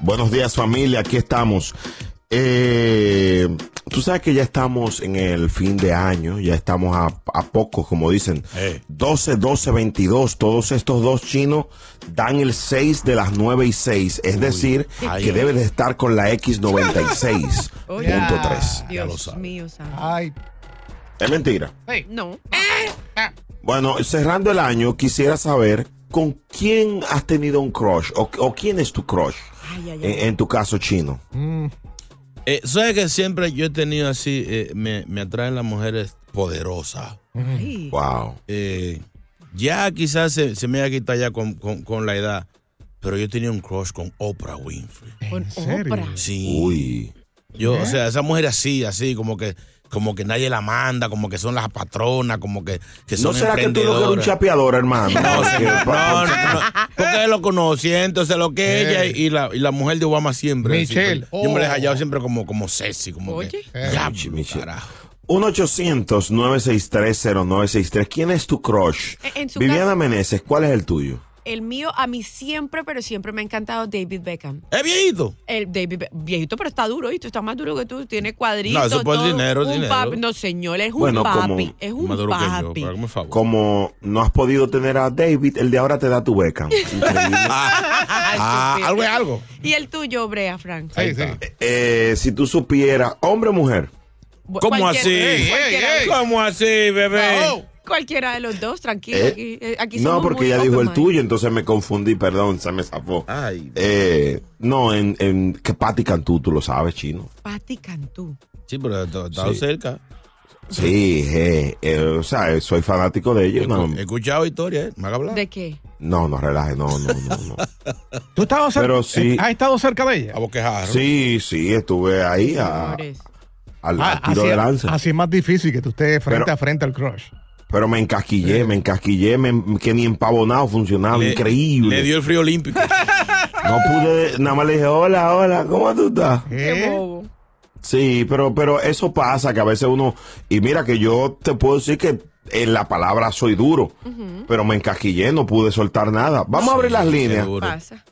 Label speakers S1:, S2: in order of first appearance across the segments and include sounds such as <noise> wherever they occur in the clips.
S1: Buenos días familia, aquí estamos. Eh, tú sabes que ya estamos en el fin de año, ya estamos a, a pocos, como dicen.
S2: Eh.
S1: 12, 12, 22. Todos estos dos chinos dan el 6 de las 9 y 6. Es decir,
S2: Ay,
S1: que
S2: ay.
S1: debes de estar con la
S3: <laughs>
S1: X96.3.
S2: Ya lo
S3: Dios
S2: sabe.
S3: mío, santo.
S4: Ay,
S1: Es mentira.
S3: No.
S1: Bueno, cerrando el año, quisiera saber con quién has tenido un crush o, o quién es tu crush.
S3: Ay, ay, ay.
S1: En, en tu caso, chino.
S5: Eh, ¿Sabes que siempre yo he tenido así? eh, me, me atraen las mujeres poderosas.
S3: Ay.
S1: Wow.
S5: Eh, ya quizás se, se me haya quitado ya con, con- con la edad. Pero yo tenía un crush con Oprah Winfrey.
S3: Con
S4: ¿En serio? ¿Eh?
S3: Oprah.
S5: Sí.
S1: Uy.
S5: Yo, o sea, esa mujer así, así, como que, como que nadie la manda, como que son las patronas, como que, que
S1: ¿No
S5: son
S1: será que tú no eres un
S5: emprendedoras.
S1: chapeador, hermano? <laughs>
S5: No,
S4: <laughs>
S1: Porque-
S5: señor, no, no, no. Porque lo conocía, entonces lo que ella y- y la, y la mujer de Obama siempre.
S4: Eh. Michelle,
S5: siempre. Yo me la he
S4: oh. Eh,
S5: hallado siempre como, como sexy, como
S3: Oye.
S5: que. Ya, pues,
S1: Michelle, Michelle.
S5: carajo.
S1: 1-800-963-0963. ¿Quién es tu crush?
S3: Eh, en su
S1: Viviana
S3: caso-
S1: Meneses, ¿cuál es el tuyo?
S3: El mío, a mí siempre, pero siempre me ha encantado David Beckham.
S5: ¿Es viejito?
S3: El David Be- viejito, pero está duro, ¿viste? Está más duro que tú. Tiene cuadritos.
S5: No, eso por
S3: todo.
S5: dinero,
S3: Un
S5: dinero.
S3: papi- No, señor, es un
S1: Bueno,
S3: papi.
S1: como-
S3: es un
S5: Más duro que yo,
S3: papi.
S5: pero hazme el favor.
S1: Como no has podido tener a David, el de ahora te da
S3: <laughs>
S1: tu beca.
S3: Ay,
S5: Ah,
S3: Dios mío.
S5: algo es algo.
S3: Y el tuyo, Brea, Frank.
S4: sí, sí.
S1: Eh, si tú supieras, hombre o mujer.
S3: Bu-
S5: ¿Cómo
S3: cualquiera-
S5: así?
S4: Ey,
S3: cualquiera-
S4: ey, ey.
S5: ¿Cómo así, bebé?
S4: Oh.
S3: Cualquiera de los dos, tranquilo.
S1: Eh,
S3: aquí, eh, aquí
S1: no,
S3: somos
S1: porque
S3: muy
S1: ella dijo
S3: open
S1: el
S3: mind.
S1: tuyo, entonces me confundí, perdón, se me zafó.
S5: Ay.
S1: Eh, no, en, en que Patti Cantú, tú lo sabes, chino.
S3: Pati Cantú.
S5: Sí, pero está está
S1: Sí.
S5: cerca.
S1: Sí, eh, eh, o sea, eh, soy fanático de ella. No,
S5: He escuchado historias, ¿eh? Me haga hablar.
S3: ¿De qué?
S1: no, no relaje, no, no,
S5: <laughs>
S1: no. no.
S4: ¿Tú estabas cerca? Eh,
S1: Pero sí.
S4: ¿Has estado cerca de ella?
S5: A boquejar.
S1: Sí, sí, estuve ahí a-
S3: Señores.
S1: al
S4: Ah,
S1: al tiro de lanza.
S4: así es más difícil que tú estés frente
S1: Pero-
S4: a frente al crush.
S1: Pero me encasquillé, me encasquillé, me- que ni empavonado funcionaba,
S5: Eh. Le-
S1: increíble.
S5: Le dio el frío olímpico.
S1: No pude, nada más le dije, hola, hola, ¿cómo tú estás?
S3: Qué
S4: ¿Eh?
S3: bobo.
S1: Sí, pero, pero eso pasa, que a veces uno, y mira que yo te puedo decir que en la palabra soy duro, pero me encasquillé, no pude soltar nada. Vamos a abrir las líneas.
S5: Seguro.
S3: Pasa.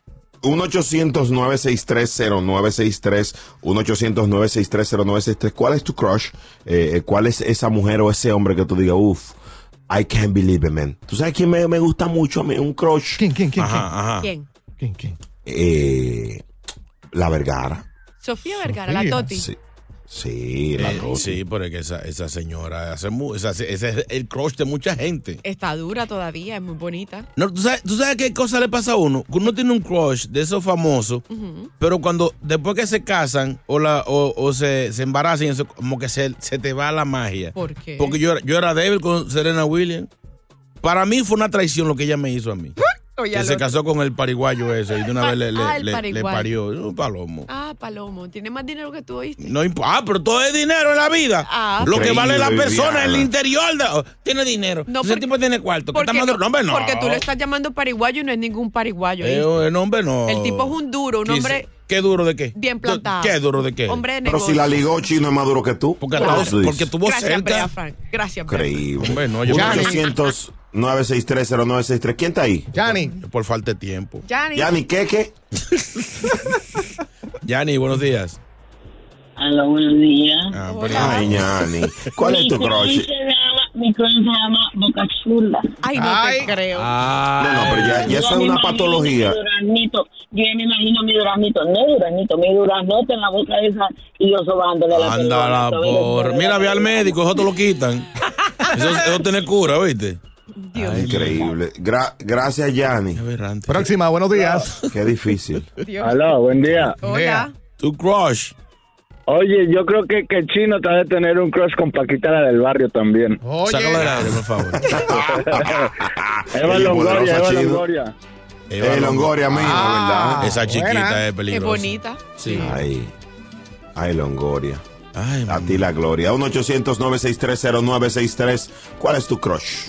S1: 1-800-963-0963, 1-800-963-0963. ¿Cuál es tu crush? Eh, ¿Cuál es esa mujer o ese hombre que tú digas, uff, I can't believe it, man? ¿Tú sabes quién me, me gusta mucho? a mí? Un crush.
S4: ¿Quién, quién, quién,
S5: Ajá, ajá.
S3: ¿Quién?
S4: quién? ¿Quién, quién?
S1: Eh, la Vergara.
S3: Sofía Vergara, la
S4: Sofía.
S3: Toti.
S1: Sí. Sí, la
S5: Eh,
S1: Toti.
S5: sí, porque esa, esa señora hace mu- esa- ese es el crush de mucha gente.
S3: Está dura todavía, es muy bonita.
S5: No, ¿tú, sabes, ¿Tú sabes qué cosa le pasa a uno? Que Uno tiene un crush de esos famosos, pero cuando después que se casan o, la, o, o se, se embarazan, eso, como que se, se te va la magia.
S3: ¿Por qué?
S5: Porque yo, era- yo era débil con Serena Williams. Para mí fue una traición lo que ella me hizo
S3: <laughs>
S5: a mí.
S3: Oye,
S1: Oh,
S5: Que
S3: al
S5: se
S3: otro.
S5: casó con el pariguayo ese y
S3: <laughs>
S5: de una
S3: Ah,
S5: vez le, le-
S3: ah, el
S5: le- le
S3: pariguayo.
S5: parió. Un palomo.
S3: Ah, Palomo, tiene más dinero que tú, ¿oíste?
S5: No imp- ah, pero todo es dinero en la vida.
S3: Ah.
S5: lo que vale la
S1: Increíble,
S5: persona, el
S1: Viviana.
S5: interior. de- oh, tiene dinero.
S3: No,
S5: Ese
S3: porque-
S5: tipo tiene cuarto. que está
S3: Porque,
S5: más duro. No, hombre, no.
S3: porque tú lo estás llamando pariguayo y no es ningún pariguayo.
S5: Eh,
S3: ¿oíste?
S5: eh, no, hombre, no.
S3: El tipo es un duro, un
S5: Quizá-
S3: hombre
S5: ¿Qué duro de qué?
S2: Bien plantado.
S5: ¿Qué duro de qué?
S2: Hombre de
S1: Pero
S2: negocio.
S1: si la ligó chino es más duro que tú.
S5: Porque,
S1: Claro.
S5: tuvo- porque tuvo
S2: Gracias, Brea
S5: cerca.
S2: Frank. Gracias, Brea.
S1: Increíble.
S5: Hombre, no, yo-
S1: 800 963 0963 ¿Quién está ahí?
S4: Yanni,
S5: Por falta de tiempo.
S2: Yanni.
S1: Ya ni qué, qué.
S5: Yani, buenos días.
S6: Hola, buenos días.
S5: Ah,
S2: Hola.
S5: pero-
S1: Ay, Yanni. ¿Cuál es tu
S6: crush?
S1: crush?
S6: Mi crush se llama Boca Chula.
S2: Ay, no
S4: Ay.
S2: te creo.
S5: Ah,
S1: No, no, pero ya, ya
S6: Yo
S1: eso es
S6: me
S1: una
S6: imagino
S1: patología.
S6: mi Duranito. Yo ya me imagino mi duranito, no duranito, mi duranote en la boca esa y yo sobándole la
S5: Ándala
S6: pelota.
S5: por. Mira, ve al médico, eso te lo
S3: <laughs>
S5: quitan. Eso, eso tiene cura, ¿viste?
S2: Dios,
S1: Increíble. Gra- gracias, Yanni.
S5: Aberrante.
S4: próxima, buenos días.
S1: Qué
S7: <laughs>
S1: difícil.
S2: Dios.
S7: Aló, buen día.
S2: Hola.
S5: Tu crush.
S7: Oye, yo creo que, que el chino te ha de tener un crush con Paquita la del barrio también.
S5: Sácalo del
S4: Oye,
S5: aire, por favor.
S3: <laughs>
S7: Eva
S1: El
S7: Longoria,
S1: poderoso
S7: Eva
S1: chino.
S7: Longoria.
S1: Eh, Longoria, mijo,
S4: Ah.
S1: ¿verdad?
S5: Esa chiquita
S4: buena.
S5: es
S2: Qué
S5: peligrosa.
S2: bonita.
S5: Sí.
S1: Ay. Ay, Longoria.
S5: Ay,
S1: A
S5: mamá.
S1: ti la gloria. 1-800-963-0963. ¿Cuál es tu crush?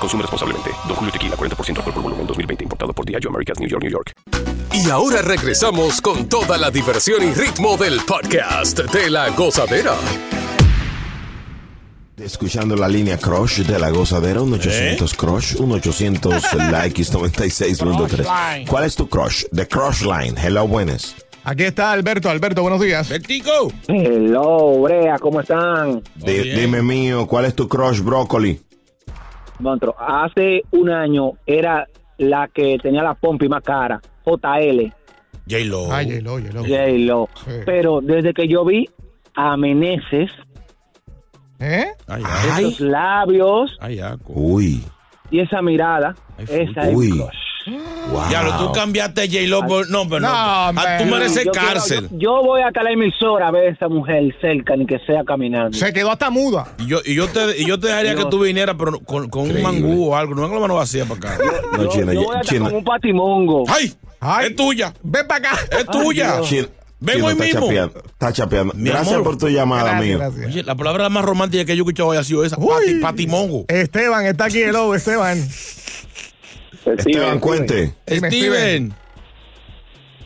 S8: Consume responsablemente. Don Julio Tequila, 40% alcohol por volumen, 2020. Importado por Diageo Americas, New York, New York.
S9: Y ahora regresamos con toda la diversión y ritmo del podcast de la gozadera.
S1: Escuchando la línea Crush de la gozadera, 1800
S5: ¿Eh? <laughs>
S1: Crush, 1800 La X96.3. ¿Cuál es tu crush? The Crush Line. Hello, buenas.
S4: aquí está Alberto. Alberto, buenos días.
S5: Vertigo.
S7: Hello, Brea, ¿cómo están?
S1: Di-
S5: Oye.
S1: dime mío, ¿cuál es tu crush, Brócoli?
S7: Montro, hace un año era la que tenía la pompi más cara, JL,
S5: J-Lo.
S4: Ay, el oye, el oye.
S7: J-Lo.
S4: Sí.
S7: Pero desde que yo vi a Meneses,
S4: ¿Eh?
S5: Ay, ay.
S7: esos
S1: Ay.
S7: labios
S5: Ay, aco.
S1: Uy.
S7: y esa mirada,
S5: Ay,
S7: esa es
S1: uy.
S7: mi crush.
S1: Wow.
S5: Ya lo, tú cambiaste a J-Lo por. No, pero no.
S4: No,
S5: Ah, tú
S4: hombre.
S5: mereces
S7: Yo quiero-
S5: cárcel.
S7: yo, yo voy hasta la emisora a ver a esa mujer cerca, ni que sea caminando.
S4: Se quedó hasta muda.
S5: Y yo, y yo te, y yo te dejaría que tú vinieras, pero con, con un
S1: Increíble.
S5: mangú o algo. No venga la mano vacía para acá.
S1: No,
S7: yo,
S1: China,
S7: yo
S1: ya-
S7: voy hasta
S1: China,
S7: con un patimongo.
S5: ¡Ay!
S4: Ay.
S5: Es tuya.
S4: Ven para acá.
S5: Es tuya.
S7: Dios.
S1: China-
S5: Ven
S1: China
S5: hoy
S1: está
S5: mismo.
S1: chapeando. Está chapeando.
S5: Mi
S1: gracias
S5: amor.
S1: por tu llamada, mío.
S5: Oye, la palabra más romántica que yo he escuchado hoy ha sido esa. Pati,
S4: Uy.
S5: patimongo.
S4: Esteban, está aquí el lobo, Esteban.
S1: Esteban, cuente.
S4: Dime,
S5: Steven.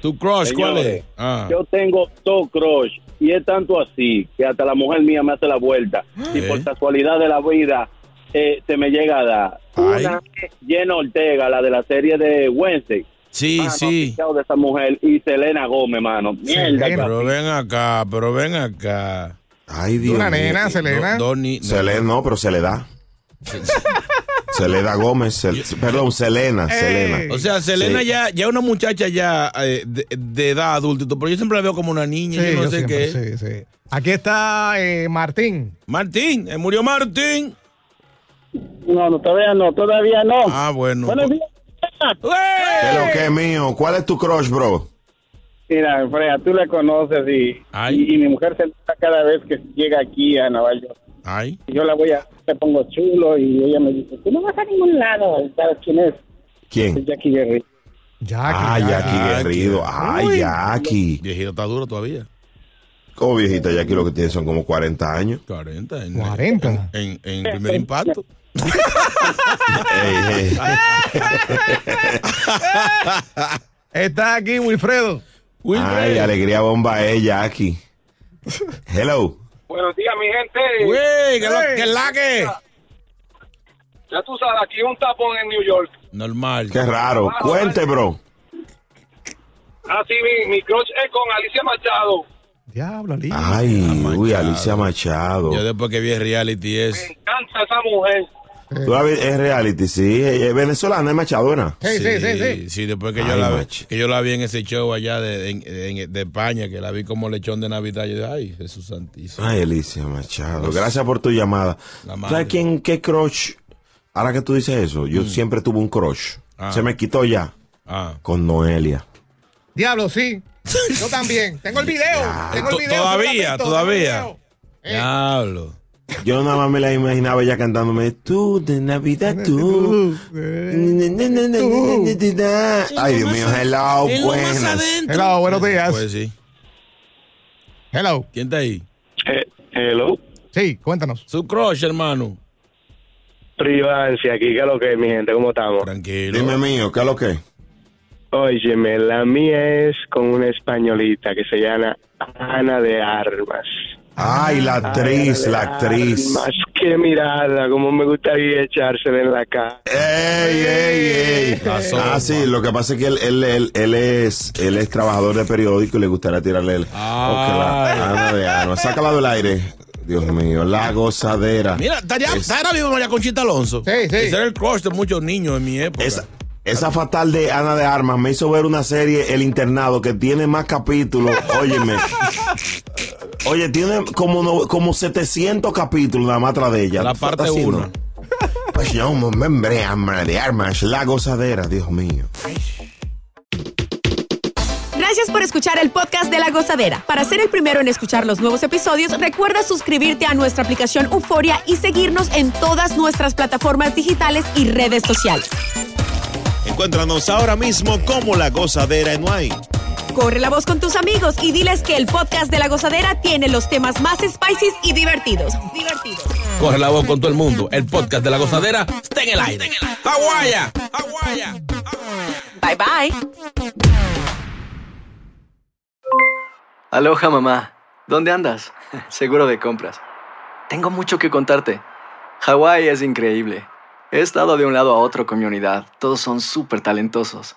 S5: Tu crush, ¿cuál es?
S10: Señores,
S5: Ah.
S10: Yo tengo todo crush y es tanto así que hasta la mujer mía me hace la vuelta. Y
S5: ¿Eh?
S10: por casualidad de la vida eh, se me llega a dar.
S5: Ay.
S10: Una es Jenna Ortega, la de la serie de Wednesday.
S5: Sí,
S10: Mano,
S5: sí.
S10: aficionado de esa mujer y Selena Gómez, mano. Mierda.
S4: Selena.
S10: cabrón.
S5: Pero ven acá, pero ven acá.
S1: Ay, Dios.
S4: Una
S1: mío.
S4: nena, Ah, Selena.
S5: Do- Donny-
S1: Se le, no, pero se
S5: <laughs>
S1: le da. se le da Gómez. se- perdón, Selena. Selena.
S5: O sea, Selena
S1: Sí.
S5: ya ya una muchacha ya eh, de, de edad adulta, y todo, pero yo siempre la veo como una niña, yo no sé qué. es.
S4: Sí, sí. Aquí está eh, Martín.
S5: Martín, eh, murió Martín.
S6: No, no, todavía no, todavía no.
S5: Ah, bueno.
S6: Buenos días.
S5: ¡Uey!
S1: ¿Qué lo que es mío? ¿Cuál es tu crush, bro?
S10: Mira, Freya, tú la conoces y,
S5: Ay.
S10: y- y mi mujer se enoja cada vez que llega aquí a Nueva York.
S5: Ay,
S10: Y Yo la voy a, me pongo chulo y ella me dice, tú no vas a ningún lado. ¿Sabes quién es?
S1: ¿Quién?
S10: Es Jackie Guerrero.
S4: Jackie.
S1: Ah, Jackie
S5: Jackie.
S1: Guerrido. Ay, Jackie.
S5: viejito está duro todavía.
S1: Oh, viejita, Jackie lo que tiene son como 40 años.
S5: 40 en,
S4: 40.
S5: en, en primer impacto. <laughs>
S1: Ey, ey.
S4: Está aquí Wilfredo.
S1: Ay, alegría bomba es Jackie. Hello.
S10: Buenos días, mi gente.
S5: Güey, que lo que la que.
S10: Ya tú sabes, aquí un tapón en New York.
S5: Normal.
S1: Qué raro. Cuente, bro.
S11: Así Ah, mi, mi crush es con Alicia Machado.
S4: Diablo,
S5: Ah,
S1: Ay, uy, Alicia Machado.
S5: Yo después que vi el reality es.
S11: Canta esa mujer.
S1: Tú la ves- es reality, sí. Es venezolana, es machadona.
S4: Sí, sí, sí, sí.
S5: Sí, después que yo,
S1: Ay,
S5: la, vi-
S1: macho.
S5: que yo la vi en ese show allá de, en- en- de España, que la vi como lechón de Navidad, yo dije, ay, Jesús Santísimo.
S1: Ay, Alicia Machado. Gracias por tu llamada.
S5: Pues, La madre. Mm.
S1: ¿Sabes quién, qué crush? Ahora que tú dices eso, yo siempre tuve un crush.
S5: Ah.
S1: Se me quitó ya. <laughs>
S5: Ah.
S1: Con Noelia.
S4: Diablo, sí. Yo también. Tengo el video. Tengo el
S5: To-
S4: video.
S5: todavía,
S4: tengo la foto,
S5: todavía. Diablo.
S1: Yo nada más me la imaginaba ya cantándome tú de Navidad
S4: <laughs>
S1: tú. Ay, Dios mío, hello, buenas.
S4: Hello, buenos días.
S5: Pues sí.
S4: Hello.
S5: ¿Quién está ahí?
S12: hello.
S4: Sí, cuéntanos.
S5: Su crush, hermano.
S12: Privancia, aquí, ¿qué es lo que es, mi gente? ¿Cómo estamos?
S5: Tranquilo.
S1: Dime mío, ¿qué es lo que?
S12: Óyeme, la mía es con una españolita que se llama Ana de Armas.
S1: Ay, la actriz, la actriz.
S12: Más que mirada, como me gustaría echársela en la cara.
S1: ¡Ey, ey, ey! Ah, sí, lo que pasa es que él, él, él, él es, él es trabajador de periódico y le gustaría tirarle el.
S5: Ay.
S1: Ok, la Ana de armas. Sácala del aire. Dios mío, la gozadera.
S5: Mira, está ya- está ahora mismo María Conchita Alonso.
S4: Sí, sí.
S5: Ese era el crush de muchos niños en mi época.
S1: Esa, esa fatal de Ana de Armas me hizo ver una serie, El Internado, que tiene más capítulos. Óyeme. Oye, tiene como, no- como 700 capítulos nada más tras de ella.
S5: La parte
S1: Así,
S5: uno.
S1: ¿no? Pues yo, hombre, Ana de Armas, la gozadera, Dios mío.
S3: Gracias por escuchar el podcast de La Gozadera. Para ser el primero en escuchar los nuevos episodios, recuerda suscribirte a nuestra aplicación Euforia y seguirnos en todas nuestras plataformas digitales y redes sociales.
S13: Encuéntranos ahora mismo como La Gozadera en Wai.
S3: Corre la voz con tus amigos y diles que el podcast de La Gozadera tiene los temas más spicy y divertidos. Divertidos.
S5: Corre la voz con todo el mundo. El podcast de la gozadera está en el aire. ¡Aguaya!
S3: Bye bye.
S14: Aloha mamá, ¿dónde andas? Seguro de compras. Tengo mucho que contarte. Hawái es increíble. He estado de un lado a otro con mi unidad. Todos son súper talentosos.